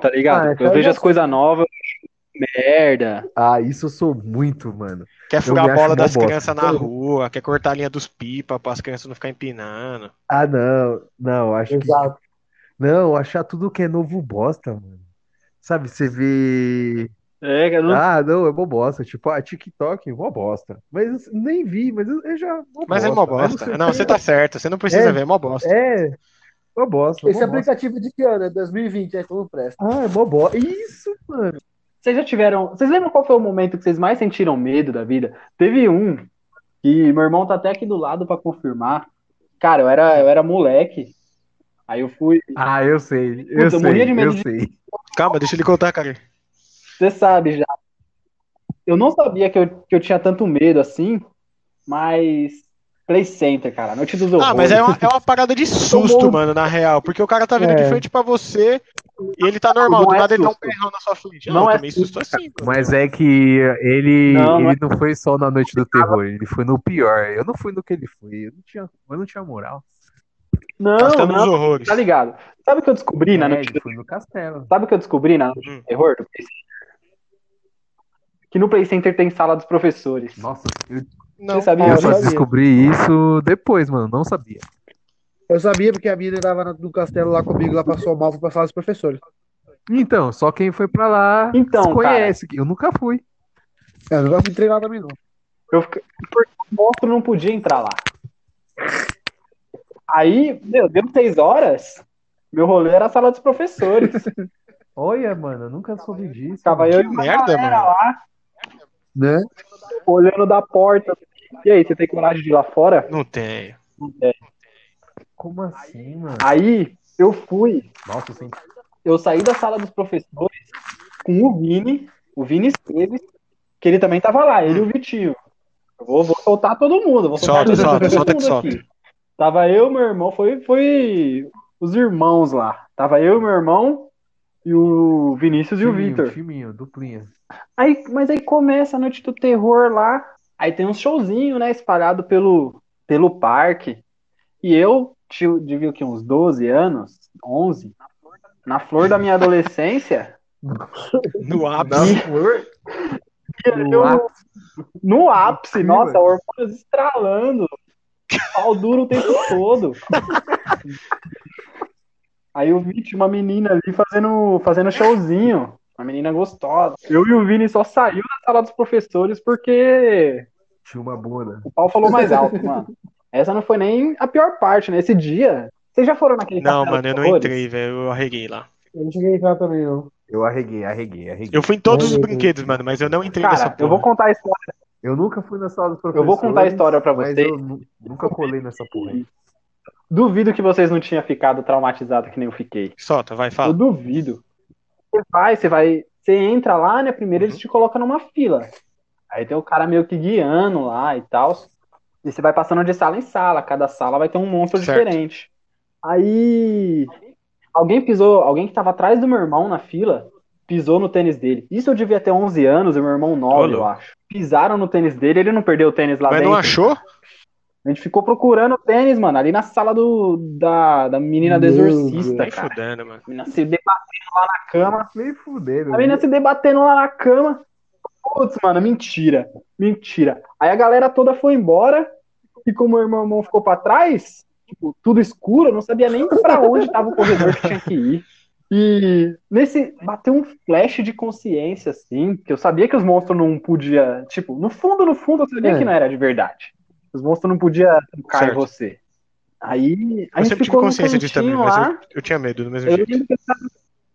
Speaker 1: tá ligado?
Speaker 2: Ah, então
Speaker 1: eu vejo
Speaker 2: já
Speaker 1: as coisas novas, eu acho merda.
Speaker 5: Ah, isso eu sou muito, mano.
Speaker 4: Quer
Speaker 5: Eu
Speaker 4: furar
Speaker 5: me
Speaker 4: a
Speaker 5: acho mó
Speaker 4: bola das
Speaker 5: bosta.
Speaker 4: crianças na rua, quer cortar a linha dos pipa para as crianças não ficar empinando.
Speaker 5: Ah, não, não, acho que.
Speaker 2: Exato.
Speaker 5: Não, achar tudo que é novo bosta, mano. Sabe, você vê.
Speaker 1: É, eu não-
Speaker 5: Ah, não, é mó bosta. Tipo, a TikTok, mó bosta. Mas eu nem vi, mas eu, eu já. Mó
Speaker 4: Mas é
Speaker 5: bosta.
Speaker 4: mó
Speaker 1: né?
Speaker 5: Aí
Speaker 4: bosta.
Speaker 5: sei o
Speaker 4: Não,
Speaker 5: quê.
Speaker 4: você tá certo, você não precisa
Speaker 5: É.
Speaker 4: ver, é mó bosta.
Speaker 5: É, mó bosta, mó
Speaker 2: Esse
Speaker 5: bosta.
Speaker 2: aplicativo de que ano? É 2020, é como presta.
Speaker 5: Ah, é mó bosta. Isso, mano.
Speaker 1: Vocês já tiveram. Vocês lembram qual foi o momento que vocês mais sentiram medo da vida? Teve um que meu irmão tá até aqui do lado pra confirmar. Cara, eu era, eu era moleque. Aí eu fui.
Speaker 5: Ah, eu sei, eu
Speaker 1: Puta, eu morria
Speaker 5: sei,
Speaker 1: de medo
Speaker 5: eu
Speaker 1: de-
Speaker 5: sei.
Speaker 4: Calma, deixa ele contar, cara.
Speaker 1: Você sabe já. Eu não sabia que eu, que eu tinha tanto medo assim, mas. Play Center, cara. Noite dos horrores.
Speaker 4: Ah, mas é uma, é uma parada de susto, mano, na real. Porque o cara tá vindo de
Speaker 5: É.
Speaker 4: frente pra você e ele tá normal.
Speaker 1: Não
Speaker 4: Do
Speaker 1: é
Speaker 4: nada ele dá um
Speaker 1: susto.
Speaker 4: perrão na sua frente.
Speaker 1: Não
Speaker 4: eu
Speaker 1: é
Speaker 4: tomei susto assim, mano.
Speaker 5: Mas é que ele,
Speaker 1: Não, é
Speaker 5: ele não foi só na Noite do Terror, ele foi no pior. Eu não fui no que ele foi, eu não tinha, eu não tinha moral.
Speaker 1: Não,
Speaker 4: Castando os
Speaker 1: não,
Speaker 4: horrores.
Speaker 1: tá ligado. Sabe o que eu descobri na
Speaker 5: É,
Speaker 1: noite
Speaker 5: ele foi no castelo.
Speaker 1: Sabe o que eu descobri na noite
Speaker 4: Hum.
Speaker 1: do terror do Play Center? Que no Play Center tem sala dos professores.
Speaker 5: Nossa, eu,
Speaker 4: Não,
Speaker 1: Você sabia?
Speaker 2: Ah,
Speaker 5: eu
Speaker 2: eu
Speaker 5: só
Speaker 2: sabia.
Speaker 5: descobri isso depois, mano, não sabia.
Speaker 2: Eu sabia porque a mina tava na- no castelo lá comigo, lá passou mal, foi pra sala dos professores.
Speaker 5: Então, só quem foi pra lá
Speaker 1: Então,
Speaker 5: se conhece, eu nunca fui.
Speaker 2: É, Eu não gosto de treinar também, não.
Speaker 1: Eu fiquei... Porque o monstro não podia entrar lá. Aí, meu, deu seis horas, meu rolê era a sala dos professores.
Speaker 5: Olha, mano, eu nunca soube disso.
Speaker 1: Ficava eu e
Speaker 4: Que
Speaker 1: uma
Speaker 4: merda,
Speaker 1: galera
Speaker 4: mano.
Speaker 1: lá,
Speaker 2: Né?
Speaker 1: olhando da porta. assim, E aí, você tem coragem de ir lá fora?
Speaker 4: não tem.
Speaker 5: Como assim, mano?
Speaker 1: Aí, eu fui
Speaker 5: Nossa, eu um senti
Speaker 1: eu saí da sala dos professores com o Vini, o Vini Esteves, que ele também tava lá, ele e o Vitinho. Eu vou, vou soltar todo mundo, vou soltar
Speaker 4: Solta,
Speaker 1: todo
Speaker 4: solta, solta que
Speaker 1: mundo aqui. Tava eu, meu irmão, foi, foi os irmãos lá. Tava eu, meu irmão, e o Vinícius e o
Speaker 5: Timinho,
Speaker 1: Vitor.
Speaker 5: um Timinho, duplinha.
Speaker 1: Aí, mas aí começa a noite do terror lá. Aí tem um showzinho, né, espalhado pelo, pelo parque. E eu ti- devia o quê? Uns 12 anos, 11, na flor da minha adolescência,
Speaker 4: No
Speaker 5: Na
Speaker 4: ápice.
Speaker 5: flor,
Speaker 1: eu- no ápice,
Speaker 5: Incrível.
Speaker 1: nossa, hormônios estralando, pau duro o tempo todo. Aí eu vi tinha uma menina ali fazendo, fazendo showzinho, uma menina gostosa. Eu e o Vini só saiu da sala dos professores porque
Speaker 5: tinha uma bunda.
Speaker 1: O pau falou mais alto, mano. Essa não foi nem a pior parte, né? Esse dia. Vocês já foram naquele
Speaker 4: Não,
Speaker 1: castelo
Speaker 4: mano, eu
Speaker 1: de
Speaker 4: não
Speaker 1: horrores?
Speaker 4: entrei, velho. Eu arreguei lá.
Speaker 2: Eu não cheguei a entrar também, não.
Speaker 5: Eu arreguei, arreguei, arreguei.
Speaker 4: Eu fui em todos os
Speaker 2: Olha,
Speaker 4: brinquedos, mano, mas eu não entrei nessa
Speaker 1: Cara, eu
Speaker 4: porra.
Speaker 1: vou contar a história.
Speaker 5: Eu nunca fui na sala dos
Speaker 1: Eu
Speaker 5: professores.
Speaker 1: vou contar a história pra
Speaker 5: mas
Speaker 1: vocês.
Speaker 5: eu nu- nunca colei nessa porra aí.
Speaker 1: Duvido que vocês não tinham ficado traumatizado que nem eu fiquei.
Speaker 4: Solta, vai,
Speaker 1: Eu
Speaker 4: fala.
Speaker 1: duvido. Você vai, você vai. Você entra lá, né? Primeiro
Speaker 4: Uhum.
Speaker 1: eles te colocam numa fila. Aí tem o cara meio que guiando lá e tal. E você vai passando de sala em sala. Cada sala vai ter um monstro
Speaker 4: Certo.
Speaker 1: diferente. Aí. Alguém pisou. Alguém que tava atrás do meu irmão na fila pisou no tênis dele. Isso eu devia ter 11 anos e meu irmão 9,
Speaker 4: Olha.
Speaker 1: eu acho. Pisaram no tênis dele, ele não perdeu o tênis lá
Speaker 4: Mas
Speaker 1: dentro.
Speaker 4: não achou?
Speaker 1: A gente ficou procurando o tênis, mano, ali na sala do, da, da menina do
Speaker 2: Meu
Speaker 1: exorcista,
Speaker 4: Nem
Speaker 1: cara.
Speaker 4: fudendo, mano.
Speaker 1: A menina se debatendo lá na cama.
Speaker 5: Nem fudendo.
Speaker 1: A menina se Tá debatendo lá na cama. Putz, mano, mentira. Mentira. Aí a galera toda foi embora. E como o meu irmão ficou pra trás, tipo, tudo escuro, eu não sabia nem pra onde tava o corredor que tinha que ir. E nesse. Bateu um flash de consciência, assim, que eu sabia que os monstros não podia. Tipo, no fundo, no fundo, eu sabia
Speaker 2: É.
Speaker 1: que não era de verdade. Os monstros não podiam tocar em
Speaker 4: Certo.
Speaker 1: você. Aí. A
Speaker 4: Eu
Speaker 1: gente
Speaker 4: sempre tive
Speaker 1: ficou num
Speaker 4: consciência disso também,
Speaker 1: cantinho
Speaker 4: mas
Speaker 1: lá.
Speaker 4: eu, eu tinha medo do mesmo
Speaker 1: Eu
Speaker 4: jeito.
Speaker 1: lembro que eu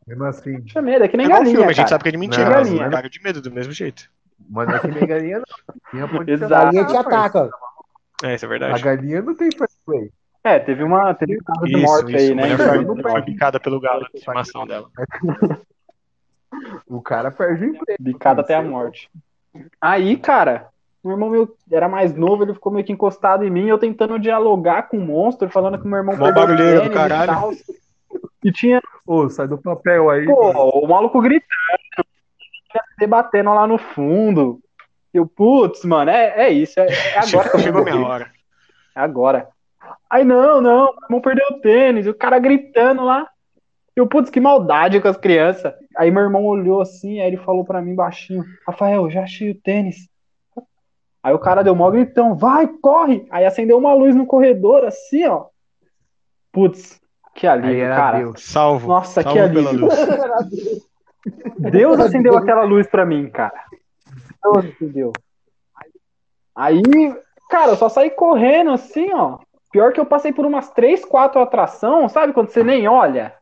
Speaker 5: Mesmo assim,
Speaker 1: tinha medo, é que
Speaker 4: É
Speaker 1: nem
Speaker 4: igual
Speaker 1: galinha.
Speaker 4: filme, a gente
Speaker 1: cara. né?
Speaker 4: sabe que é de mentira,
Speaker 5: Não,
Speaker 4: mas eu
Speaker 1: galinha.
Speaker 4: cago de medo do mesmo jeito.
Speaker 5: mas não é que nem galinha, não. Galinha pode te
Speaker 1: Exato.
Speaker 5: atacar,
Speaker 2: Galinha te
Speaker 5: parça.
Speaker 2: ataca.
Speaker 4: É, isso é
Speaker 5: A
Speaker 4: verdade.
Speaker 5: galinha não tem fair play.
Speaker 1: É, teve uma, teve um caso de
Speaker 4: Isso,
Speaker 1: morte
Speaker 4: isso.
Speaker 1: aí,
Speaker 4: a
Speaker 1: né?
Speaker 4: mulher
Speaker 5: Então,
Speaker 4: foi-
Speaker 5: eu não
Speaker 4: foi
Speaker 5: pego.
Speaker 4: picada pelo galo, a estimação dela.
Speaker 5: O cara perde o emprego.
Speaker 1: Bicada até a morte. Aí, cara, meu irmão meu era mais novo, ele ficou meio que encostado em mim, eu tentando dialogar com o monstro, falando que meu irmão
Speaker 4: Mó
Speaker 1: perdeu o
Speaker 4: barulheiro do
Speaker 1: tênis e
Speaker 4: caralho.
Speaker 1: tal. E tinha,
Speaker 5: Ô, sai do papel aí.
Speaker 1: pô, o maluco gritando, se debatendo lá no fundo. Eu, putz, mano, é, é isso, é, é agora que eu vou
Speaker 4: Chegou minha
Speaker 1: morrer.
Speaker 4: hora.
Speaker 1: agora. Aí, não, não, meu irmão perdeu o tênis, e o cara gritando lá. Eu, putz, que maldade com as crianças. Aí meu irmão olhou assim, aí ele falou pra mim baixinho, Rafael, já achei o tênis. Aí o cara deu mó gritão, vai, corre! Aí acendeu uma luz no corredor, assim, ó. Putz, que
Speaker 5: Aí
Speaker 1: alívio,
Speaker 5: era
Speaker 1: cara.
Speaker 5: Deus.
Speaker 4: Salvo.
Speaker 1: Nossa,
Speaker 4: Salvo
Speaker 1: que
Speaker 4: pela
Speaker 1: alívio.
Speaker 4: luz.
Speaker 1: Deus acendeu aquela luz pra mim, cara. Deus acendeu. Aí, cara, eu só saí correndo assim, ó. Pior que eu passei por umas três, quatro atração, sabe? Quando você nem olha.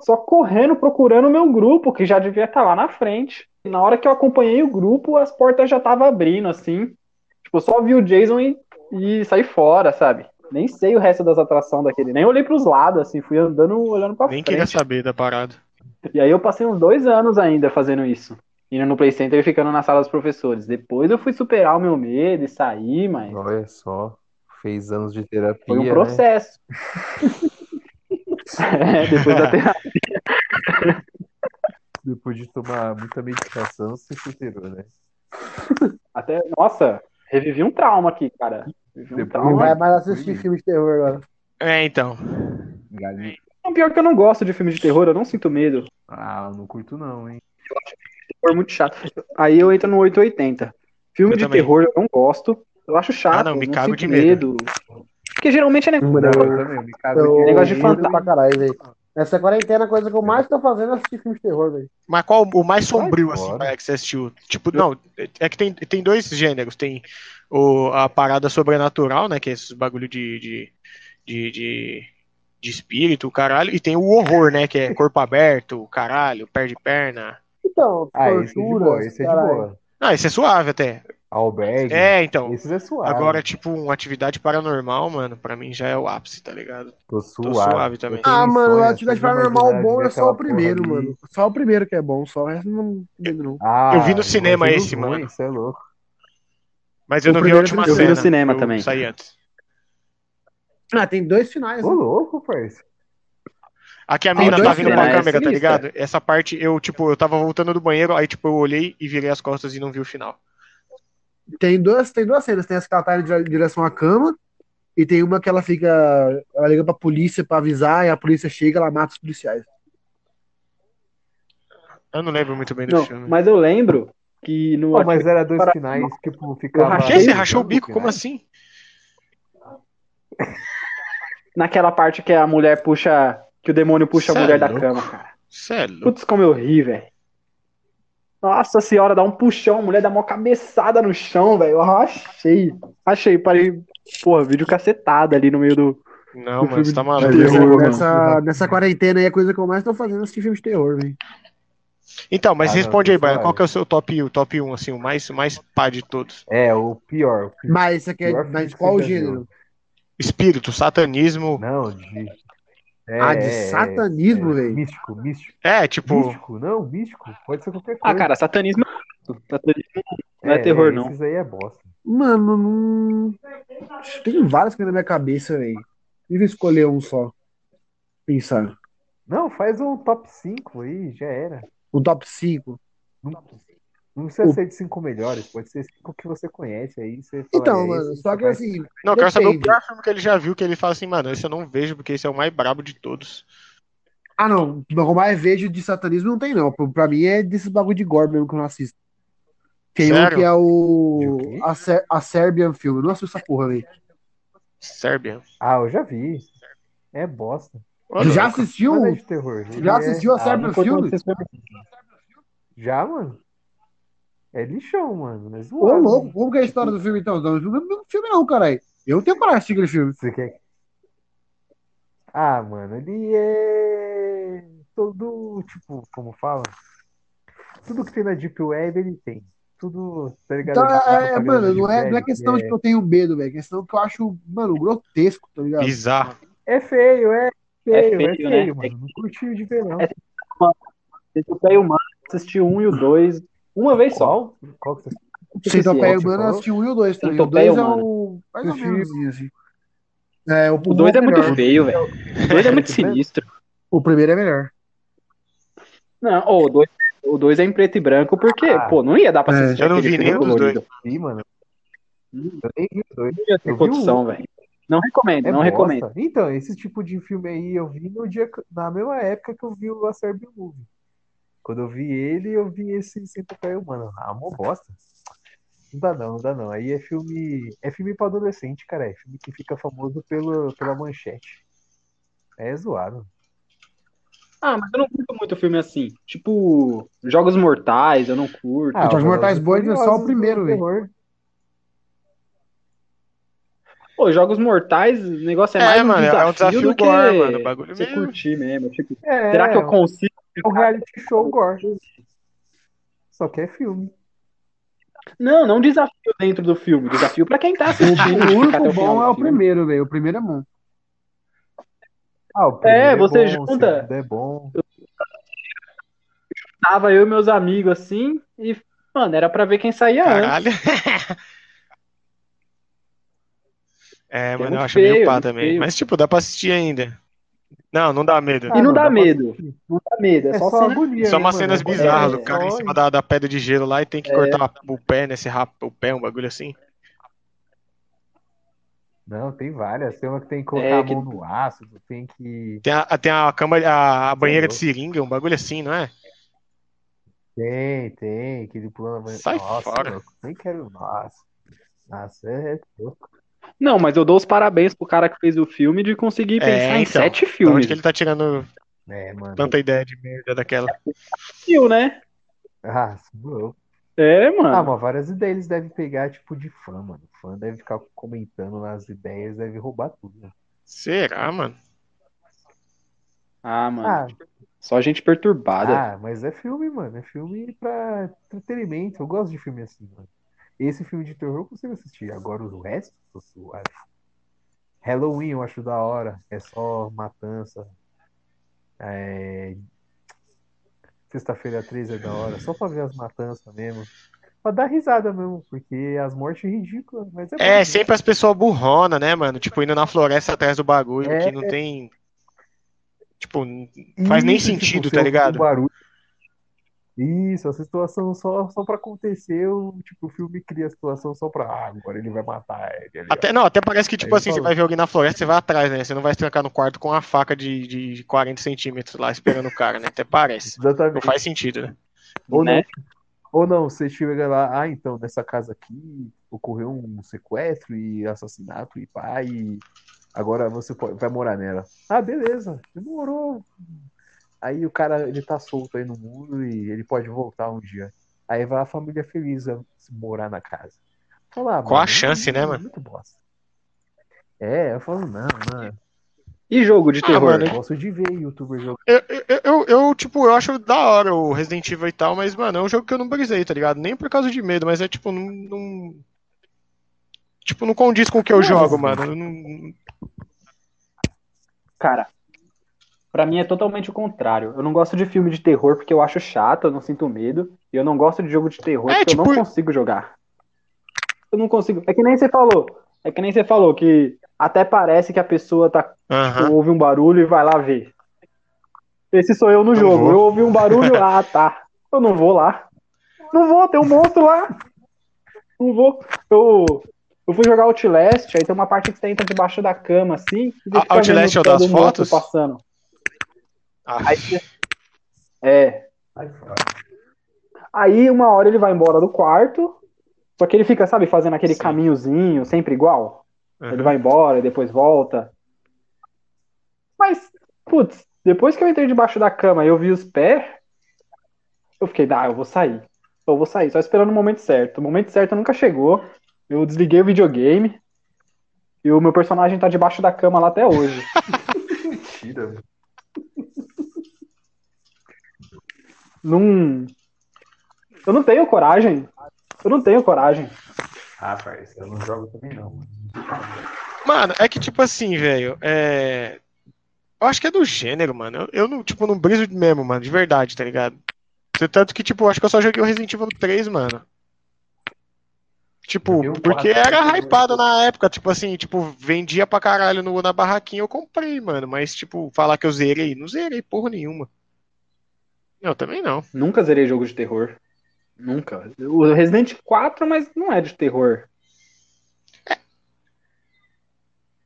Speaker 1: Só correndo, procurando o meu grupo, que já devia estar lá na frente. Na hora que eu acompanhei o grupo, as portas já estavam abrindo, assim. Tipo, eu só vi o Jason e, e saí fora, sabe? Nem sei o resto das atrações daquele. Nem olhei pros lados, assim. Fui andando, olhando pra
Speaker 4: Nem
Speaker 1: frente.
Speaker 4: queria saber da parada.
Speaker 1: E aí eu passei uns dois anos ainda fazendo isso. Indo no Play Center e ficando na sala dos professores. Depois eu fui superar o meu medo e sair, mas
Speaker 5: Olha só. Fez anos de terapia.
Speaker 1: foi um
Speaker 5: né?
Speaker 1: processo. é, depois da terapia.
Speaker 5: Depois de tomar muita medicação, se superou, né?
Speaker 1: Até, nossa, revivi um trauma aqui, cara. Revivi um
Speaker 5: Depois-
Speaker 2: Não
Speaker 1: trauma.
Speaker 2: vai mais assistir filme de terror agora.
Speaker 4: É, então.
Speaker 5: Galinha.
Speaker 1: Pior que eu não gosto de filme de terror, eu não sinto medo.
Speaker 5: Ah, eu não curto não, hein?
Speaker 1: Terror é muito chato. Aí eu entro no 880. Filme
Speaker 4: Eu
Speaker 1: de
Speaker 4: também.
Speaker 1: terror eu não gosto. Eu acho chato.
Speaker 4: Ah, não, me cago
Speaker 1: sinto
Speaker 4: de medo.
Speaker 1: Porque geralmente é negócio.
Speaker 5: Não, eu também, eu me cago de
Speaker 2: Eu
Speaker 5: medo.
Speaker 1: Negócio de
Speaker 2: curto
Speaker 1: fantasma.
Speaker 2: pra caralho, velho. Nessa quarentena, a coisa que eu mais tô fazendo é assistir filme de terror, velho.
Speaker 4: Mas qual o mais sombrio,
Speaker 5: Vai
Speaker 4: assim,
Speaker 5: embora.
Speaker 4: pra que você assistiu? Tipo, não, é que tem, tem dois gêneros. Tem o, a parada sobrenatural, né? Que é esses bagulho de, de, de, de, de espírito, caralho. E tem o horror, né? Que é corpo aberto, caralho, perde perna.
Speaker 2: Então,
Speaker 5: Ah, esse é de
Speaker 2: tortura,
Speaker 5: boa, esse é de
Speaker 2: caralho.
Speaker 5: boa.
Speaker 4: Ah, esse é suave até.
Speaker 5: Albergue,
Speaker 4: É, então.
Speaker 5: esses é suave.
Speaker 4: Agora, tipo, uma atividade paranormal, mano, pra mim já é o ápice, tá ligado?
Speaker 5: tô
Speaker 4: Tô
Speaker 5: suave.
Speaker 4: suave também.
Speaker 5: Tem
Speaker 2: Ah, mano,
Speaker 5: insônia,
Speaker 2: a atividade
Speaker 5: vocês
Speaker 2: paranormal
Speaker 5: imaginam
Speaker 2: bom é
Speaker 5: ver
Speaker 2: só o
Speaker 5: aquela
Speaker 2: primeiro,
Speaker 5: porra ali?
Speaker 2: mano. Só o primeiro que é bom, só o resto não lembro, não.
Speaker 5: Ah,
Speaker 4: Eu vi no cinema
Speaker 5: imagina os
Speaker 4: esse,
Speaker 5: ruins,
Speaker 4: mano.
Speaker 5: Você é louco.
Speaker 4: Mas eu
Speaker 2: O
Speaker 4: não vi a
Speaker 2: primeiro
Speaker 4: última
Speaker 2: eu vi no
Speaker 4: cena.
Speaker 1: cinema
Speaker 4: eu
Speaker 1: também.
Speaker 4: Saí antes.
Speaker 2: Ah, tem dois finais.
Speaker 5: Ô,
Speaker 2: né?
Speaker 5: louco, parceiro.
Speaker 4: Aqui a mina
Speaker 7: Ah, dois
Speaker 4: tá vindo pra
Speaker 7: finais,
Speaker 4: câmera, tá
Speaker 1: sinistra.
Speaker 4: ligado? Essa parte eu, tipo, eu tava voltando do banheiro, aí, tipo, eu olhei e virei as costas e não vi o final.
Speaker 2: Tem duas, tem duas cenas. Tem essa que ela tá em dire- direção à cama, e tem uma que ela fica. Ela liga pra polícia pra avisar, e a polícia chega, ela mata os policiais.
Speaker 4: Eu não lembro muito bem do
Speaker 1: Não,
Speaker 4: filme.
Speaker 1: mas eu lembro que no.
Speaker 5: Pô, mas era dois
Speaker 1: Para-
Speaker 5: finais, tipo, ficava.
Speaker 4: Que? Você rachou o bico?
Speaker 1: né?
Speaker 4: Como assim?
Speaker 1: Naquela parte que a mulher puxa. Que o demônio puxa
Speaker 4: Cê é
Speaker 1: a mulher da
Speaker 4: louco.
Speaker 1: cama, cara.
Speaker 4: Cê é louco.
Speaker 1: Putz, como eu ri, velho. Nossa senhora, dá um puxão, a mulher dá uma cabeçada no chão, velho. Eu achei. Achei, parei. Porra, vídeo cacetado ali no meio do.
Speaker 4: Não, mano, você tá maluco.
Speaker 1: Mas eu- Terror,
Speaker 2: nessa, nessa quarentena aí, a coisa que eu mais tô fazendo é assistir filme de terror, velho.
Speaker 4: Então, mas
Speaker 5: Ah, não,
Speaker 4: responde aí,
Speaker 5: isso
Speaker 4: Brian.
Speaker 5: vai.
Speaker 4: Qual que é o seu top, o top 1, assim, o mais, o mais pá de todos?
Speaker 5: É, o pior. o pior.
Speaker 2: Mas isso aqui é.
Speaker 5: Pior filme
Speaker 2: Mas
Speaker 5: que
Speaker 2: qual o
Speaker 5: você já viu.
Speaker 2: gênero?
Speaker 4: Espírito, satanismo.
Speaker 5: Não, de. É,
Speaker 2: ah, de
Speaker 5: é,
Speaker 2: satanismo,
Speaker 5: é,
Speaker 2: velho.
Speaker 5: Místico, místico.
Speaker 4: É, tipo.
Speaker 5: Místico, não, místico. Pode ser qualquer
Speaker 1: Ah,
Speaker 5: coisa.
Speaker 1: cara, satanismo. é Satanismo não é, terror, não.
Speaker 5: Esses aí é bosta.
Speaker 2: Mano, não. Tem vários que vem na minha cabeça, velho. Deve escolher um só. Pensar.
Speaker 5: Não, faz um top 5 aí, já era.
Speaker 2: Um top 5.
Speaker 5: Não, não precisa
Speaker 2: O-
Speaker 5: ser de 5 melhores, pode ser 5 que você conhece aí. Você fala,
Speaker 2: Então,
Speaker 5: é,
Speaker 2: mano,
Speaker 5: esse
Speaker 2: só
Speaker 5: você
Speaker 2: que
Speaker 5: vai-
Speaker 2: assim.
Speaker 4: Não, eu quero saber o
Speaker 2: Depende.
Speaker 4: pior filme que ele já viu, que ele fala assim, mano, esse eu não vejo, porque esse é o mais brabo de todos.
Speaker 2: Ah, não. Como mais vejo de satanismo não tem, não. Pra- Pra mim é desses bagulho de gore mesmo que eu não assisto. Tem
Speaker 4: Sério?
Speaker 2: um que é
Speaker 5: De o
Speaker 2: o.
Speaker 5: quê?
Speaker 2: A, Ser... a Serbian Film. Eu não assisto essa porra, velho.
Speaker 4: Sérbia.
Speaker 5: Ah, eu já vi. É bosta.
Speaker 4: Olha,
Speaker 2: Tu já assistiu?
Speaker 5: Não é de terror.
Speaker 2: Tu
Speaker 5: ele
Speaker 2: já
Speaker 5: é-
Speaker 2: assistiu a
Speaker 5: Ah,
Speaker 2: Serbian
Speaker 5: não-
Speaker 2: Film?
Speaker 5: Já, mano. É lixão, mano. Mas
Speaker 2: Ô, louco, como que é a história do filme então? Não, não é um filme não, caralho. Eu tenho coragem de assistir aquele filme.
Speaker 5: Você quer... Ah, mano, ele é todo, tipo, como fala? Tudo que tem na Deep Web, ele tem. Tudo, tá ligado?
Speaker 2: Então,
Speaker 5: Essa
Speaker 2: é, é,
Speaker 5: propaganda
Speaker 2: mano,
Speaker 5: da
Speaker 2: não
Speaker 5: Deep
Speaker 2: é, não é
Speaker 5: Web,
Speaker 2: questão
Speaker 5: que
Speaker 2: de que eu tenho medo, velho. É questão que eu acho, mano, grotesco, tá ligado?
Speaker 4: Bizarro.
Speaker 5: É feio, é feio, é
Speaker 1: feio,
Speaker 5: feio,
Speaker 1: né?
Speaker 5: mano. Não curtiu de ver, não.
Speaker 1: É Eu peguei o mano, assisti o um e o dois. Uma vez só.
Speaker 5: Qual? Qual que
Speaker 2: Sem
Speaker 5: você
Speaker 1: é
Speaker 2: topeia
Speaker 5: Você
Speaker 2: humana, eu
Speaker 5: falou?
Speaker 2: assisti o 1 e o 2 também. O
Speaker 1: Centopeia
Speaker 2: 2 é
Speaker 1: Humana.
Speaker 2: o. Mais ou menos. assim. É, o,
Speaker 1: O dois é muito
Speaker 2: melhor.
Speaker 1: feio, velho. O dois é muito sinistro.
Speaker 2: O primeiro é melhor.
Speaker 1: Não, ô, o dois, o dois é em preto e branco, porque,
Speaker 5: Ah.
Speaker 1: pô, não ia dar pra
Speaker 2: É.
Speaker 1: assistir.
Speaker 4: Eu não
Speaker 1: aquele
Speaker 4: vi
Speaker 1: filme
Speaker 4: nenhum dos
Speaker 1: colorido.
Speaker 5: viu, mano? Eu nem vi os dois.
Speaker 1: Não ia ter
Speaker 5: Eu vi
Speaker 1: condição, velho. Não recomendo,
Speaker 5: É
Speaker 1: não
Speaker 5: bosta.
Speaker 1: recomendo.
Speaker 5: Então, esse tipo de filme aí eu vi no dia, na mesma época que eu vi o A Serbian Movie. Quando eu vi ele, eu vi esse Centopeia Humana. Ah, mó bosta. Não dá não, não dá não. Aí é filme. É filme pra adolescente, cara. É filme que fica famoso pelo, pela manchete. É zoado.
Speaker 1: Ah, mas eu não curto muito filme assim. Tipo, Jogos Mortais, eu não curto.
Speaker 2: Ah, Os
Speaker 5: o
Speaker 2: Mortais
Speaker 5: Velozes e
Speaker 2: Boys é só o
Speaker 5: Furiosos
Speaker 2: primeiro,
Speaker 5: do
Speaker 2: velho.
Speaker 5: terror.
Speaker 1: Pô, Jogos Mortais, o negócio é,
Speaker 4: É,
Speaker 1: mais um
Speaker 4: mano,
Speaker 1: desafio
Speaker 4: é um desafio
Speaker 1: do que
Speaker 4: gore, mano, o bagulho
Speaker 1: você
Speaker 4: mesmo.
Speaker 1: curtir mesmo. Tipo,
Speaker 5: É,
Speaker 1: será que eu consigo?
Speaker 5: é um reality show gore. Só que é filme.
Speaker 1: Não, não desafio dentro do filme. Desafio pra quem tá assistindo.
Speaker 2: O
Speaker 1: ficar até final
Speaker 2: único bom
Speaker 1: do
Speaker 2: é o
Speaker 1: filme.
Speaker 2: primeiro, velho. O primeiro é bom.
Speaker 5: Ah, o primeiro
Speaker 1: você
Speaker 5: bom, o
Speaker 1: junta.
Speaker 5: segundo É bom.
Speaker 1: Tava eu e meus amigos assim, e, mano, era pra ver quem saía antes.
Speaker 4: Caralho. É, mano, eu
Speaker 1: muito
Speaker 4: acho meio
Speaker 1: feio,
Speaker 4: pá
Speaker 1: muito
Speaker 4: também.
Speaker 1: feio.
Speaker 4: Mas, tipo, dá pra assistir ainda. Não, não dá medo.
Speaker 1: E não
Speaker 5: Ah,
Speaker 1: dá
Speaker 5: não,
Speaker 1: medo. Não dá medo, é,
Speaker 5: É
Speaker 1: só,
Speaker 5: só
Speaker 1: cena-
Speaker 5: agonia.
Speaker 4: Só
Speaker 5: né,
Speaker 4: umas
Speaker 5: mano?
Speaker 4: cenas
Speaker 5: É-
Speaker 4: bizarras do
Speaker 5: é
Speaker 4: cara em
Speaker 5: só-
Speaker 4: cima da, da pedra de gelo lá e tem que cortar o pé, né? Se rapa o pé, um bagulho assim.
Speaker 5: Não, tem várias. Tem uma que tem que colocar
Speaker 1: É,
Speaker 5: a
Speaker 1: que-
Speaker 5: mão no ácido, tem que.
Speaker 4: Tem a, tem a cama, a, a banheira de seringa, um bagulho assim, não é?
Speaker 5: Tem, tem, que ele pula na banheira.
Speaker 4: Sai
Speaker 5: Nossa,
Speaker 4: fora.
Speaker 5: louco, nem quero. Nossa. Nossa, é louco.
Speaker 1: Não, mas eu dou os parabéns pro cara que fez o filme de conseguir
Speaker 4: É,
Speaker 1: pensar em
Speaker 4: então.
Speaker 1: sete
Speaker 4: De
Speaker 1: filmes.
Speaker 4: onde que ele tá tirando
Speaker 5: É, mano.
Speaker 4: tanta ideia de merda daquela?
Speaker 1: Viu, né?
Speaker 5: Ah, você é louco.
Speaker 1: É, mano.
Speaker 5: Ah, mas várias ideias eles devem pegar, tipo, de fã, mano. Fã deve ficar comentando nas ideias, deve roubar tudo. né?
Speaker 4: Será, mano?
Speaker 1: Ah, mano.
Speaker 5: Ah,
Speaker 1: Só gente perturbada.
Speaker 5: Ah, mas é filme, mano. É filme pra entretenimento. Eu gosto de filme assim, mano. Esse filme de terror eu consigo assistir. Agora o resto, eu sou- Halloween eu acho da hora. É só matança. É, Sexta-feira 13 é da hora. Só pra ver as matanças mesmo. Pra dar risada mesmo, porque as mortes é ridícula. Mas é, bom,
Speaker 4: É,
Speaker 5: né?
Speaker 4: sempre as pessoas burrona, né, mano? Tipo, indo na floresta atrás do bagulho,
Speaker 5: É.
Speaker 4: que não tem. Tipo, não faz nem
Speaker 5: Isso, tipo, você
Speaker 4: sentido, tá
Speaker 5: ouve um
Speaker 4: ligado?
Speaker 5: barulho. Isso, a situação só, só pra acontecer, o, tipo, o filme cria a situação só pra, ah, agora ele vai matar ele. ali, ó.
Speaker 4: Até, não, até parece que, tipo
Speaker 5: Aí
Speaker 4: assim, você
Speaker 5: fala.
Speaker 4: vai ver alguém na floresta, você vai atrás, né? Você não vai se trancar no quarto com uma faca de, de 40 centímetros lá esperando o cara, né? Até parece. Não
Speaker 5: Exatamente.
Speaker 4: faz sentido, né?
Speaker 5: Ou
Speaker 1: né?
Speaker 5: não, ou não, você chega lá, ah, então, nessa casa aqui ocorreu um sequestro e assassinato e pá, e agora você pode- vai morar nela. Ah, beleza, demorou. Aí o cara, ele tá solto aí no mundo e ele pode voltar um dia. Aí vai a família feliz a se morar na casa. Fala, ah,
Speaker 4: Qual a
Speaker 5: mano,
Speaker 4: chance, né, mano?
Speaker 5: Muito bosta. É, eu falo, não, não,
Speaker 1: E jogo de
Speaker 4: Ah,
Speaker 1: terror?
Speaker 4: mano,
Speaker 5: eu gosto de ver youtuber jogando.
Speaker 4: Eu, eu, eu, eu, tipo, eu acho da hora o Resident Evil e tal, mas, mano, é um jogo que eu não brisei, tá ligado? Nem por causa de medo, mas é tipo, não. não- Tipo, não condiz com o que eu jogo, mano. Eu não-
Speaker 1: Cara, pra mim é totalmente o contrário. Eu não gosto de filme de terror porque eu acho chato, eu não sinto medo. E eu não gosto de jogo de terror
Speaker 4: É,
Speaker 1: porque eu não
Speaker 4: tipo-
Speaker 1: consigo jogar. Eu não consigo. É que nem você falou. É que nem você falou que até parece que a pessoa tá
Speaker 4: Aham.
Speaker 1: ouve um barulho e vai lá ver. Esse sou eu no
Speaker 4: Não
Speaker 1: jogo.
Speaker 4: vou.
Speaker 1: Eu ouvi um barulho, ah, tá. Eu não vou lá. Não vou, tem um monstro lá. Não vou. Eu, eu fui jogar Outlast, aí tem uma parte que você entra debaixo da cama, assim. e você
Speaker 4: A-
Speaker 1: fica
Speaker 4: Outlast
Speaker 1: vendo
Speaker 4: é o das
Speaker 1: todo mundo
Speaker 4: fotos?
Speaker 1: Passando.
Speaker 4: Ah,
Speaker 1: Aí você- É. Aí uma hora ele vai embora do quarto, só que ele fica, sabe, fazendo aquele
Speaker 4: Sim.
Speaker 1: caminhozinho, sempre igual. Ele
Speaker 4: aham.
Speaker 1: vai embora e depois volta. Mas, putz, depois que eu entrei debaixo da cama e eu vi os pés, eu fiquei, ah, eu vou sair. Eu vou sair, só esperando o momento certo. O momento certo nunca chegou. Eu desliguei o videogame. E o meu personagem tá debaixo da cama lá até hoje.
Speaker 5: Mentira.
Speaker 1: Num. Eu não tenho coragem. Eu não tenho coragem.
Speaker 5: Ah, parceiro, eu não jogo também não. mano.
Speaker 4: Mano, é que tipo assim, velho, é. Eu acho que é do gênero, mano. Eu, eu não, tipo, não briso mesmo, mano, de verdade, tá ligado? Tanto que, tipo, eu acho que eu só joguei o Resident Evil 3, mano. Tipo,
Speaker 5: Joguei o
Speaker 4: porque
Speaker 5: quatro,
Speaker 4: era
Speaker 5: joguei o
Speaker 4: hypado na época, tipo assim, tipo, vendia pra caralho no, na barraquinha, eu comprei, mano. Mas, tipo, falar que eu zerei, não zerei porra nenhuma. Não, também não.
Speaker 1: Nunca zerei jogo de terror. Nunca. O Resident 4, mas não é de terror.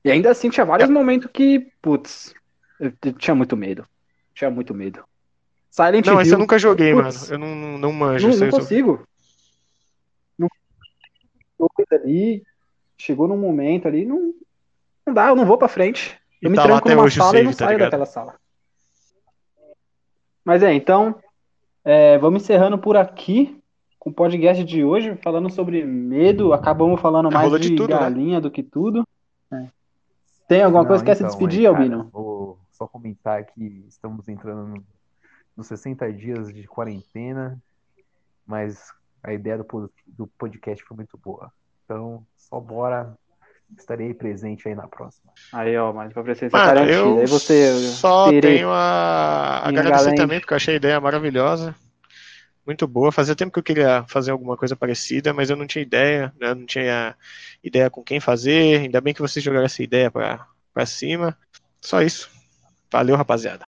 Speaker 1: E ainda assim tinha
Speaker 4: É.
Speaker 1: vários momentos que, putz, eu t- tinha muito medo. Tinha muito medo. Silent
Speaker 4: Não, esse
Speaker 1: Hill,
Speaker 4: eu nunca joguei, mano.
Speaker 1: Putz.
Speaker 4: Eu não, não, não manjo.
Speaker 1: não,
Speaker 4: isso
Speaker 1: não
Speaker 4: aí, eu sou-
Speaker 1: consigo. Não Dois ali, chegou num momento ali, não, não dá, eu não vou pra frente. Eu
Speaker 4: E
Speaker 1: me
Speaker 4: tá lá
Speaker 1: tranco
Speaker 4: até
Speaker 1: numa
Speaker 4: hoje o
Speaker 1: sala e não
Speaker 4: save, tá
Speaker 1: saio
Speaker 4: ligado?
Speaker 1: daquela sala. Mas é, então, é, vamos encerrando por aqui com o podcast de hoje, falando sobre medo. Acabamos falando mais
Speaker 4: Rolou
Speaker 1: de,
Speaker 4: de tudo, né?
Speaker 1: galinha do que tudo. É. Tem alguma coisa que quer se
Speaker 5: então,
Speaker 1: despedir,
Speaker 5: é, cara,
Speaker 1: Albino?
Speaker 5: Vou só comentar que estamos entrando no- nos 60 dias de quarentena, mas a ideia do, pod- do podcast foi muito boa. Então, só bora. Estarei presente aí na próxima.
Speaker 1: Aí, ó, mas pra vocês,
Speaker 4: Mano,
Speaker 1: garantido.
Speaker 4: eu
Speaker 1: Aí você,
Speaker 4: só
Speaker 1: Tere.
Speaker 4: tenho a
Speaker 1: Minha
Speaker 4: agradecer
Speaker 1: galera.
Speaker 4: também, porque eu achei a ideia maravilhosa. Muito boa. Fazia tempo que eu queria fazer alguma coisa parecida, mas eu não tinha ideia, né? Eu não tinha ideia com quem fazer. Ainda bem que vocês jogaram essa ideia pra, pra cima. Só isso. Valeu, rapaziada.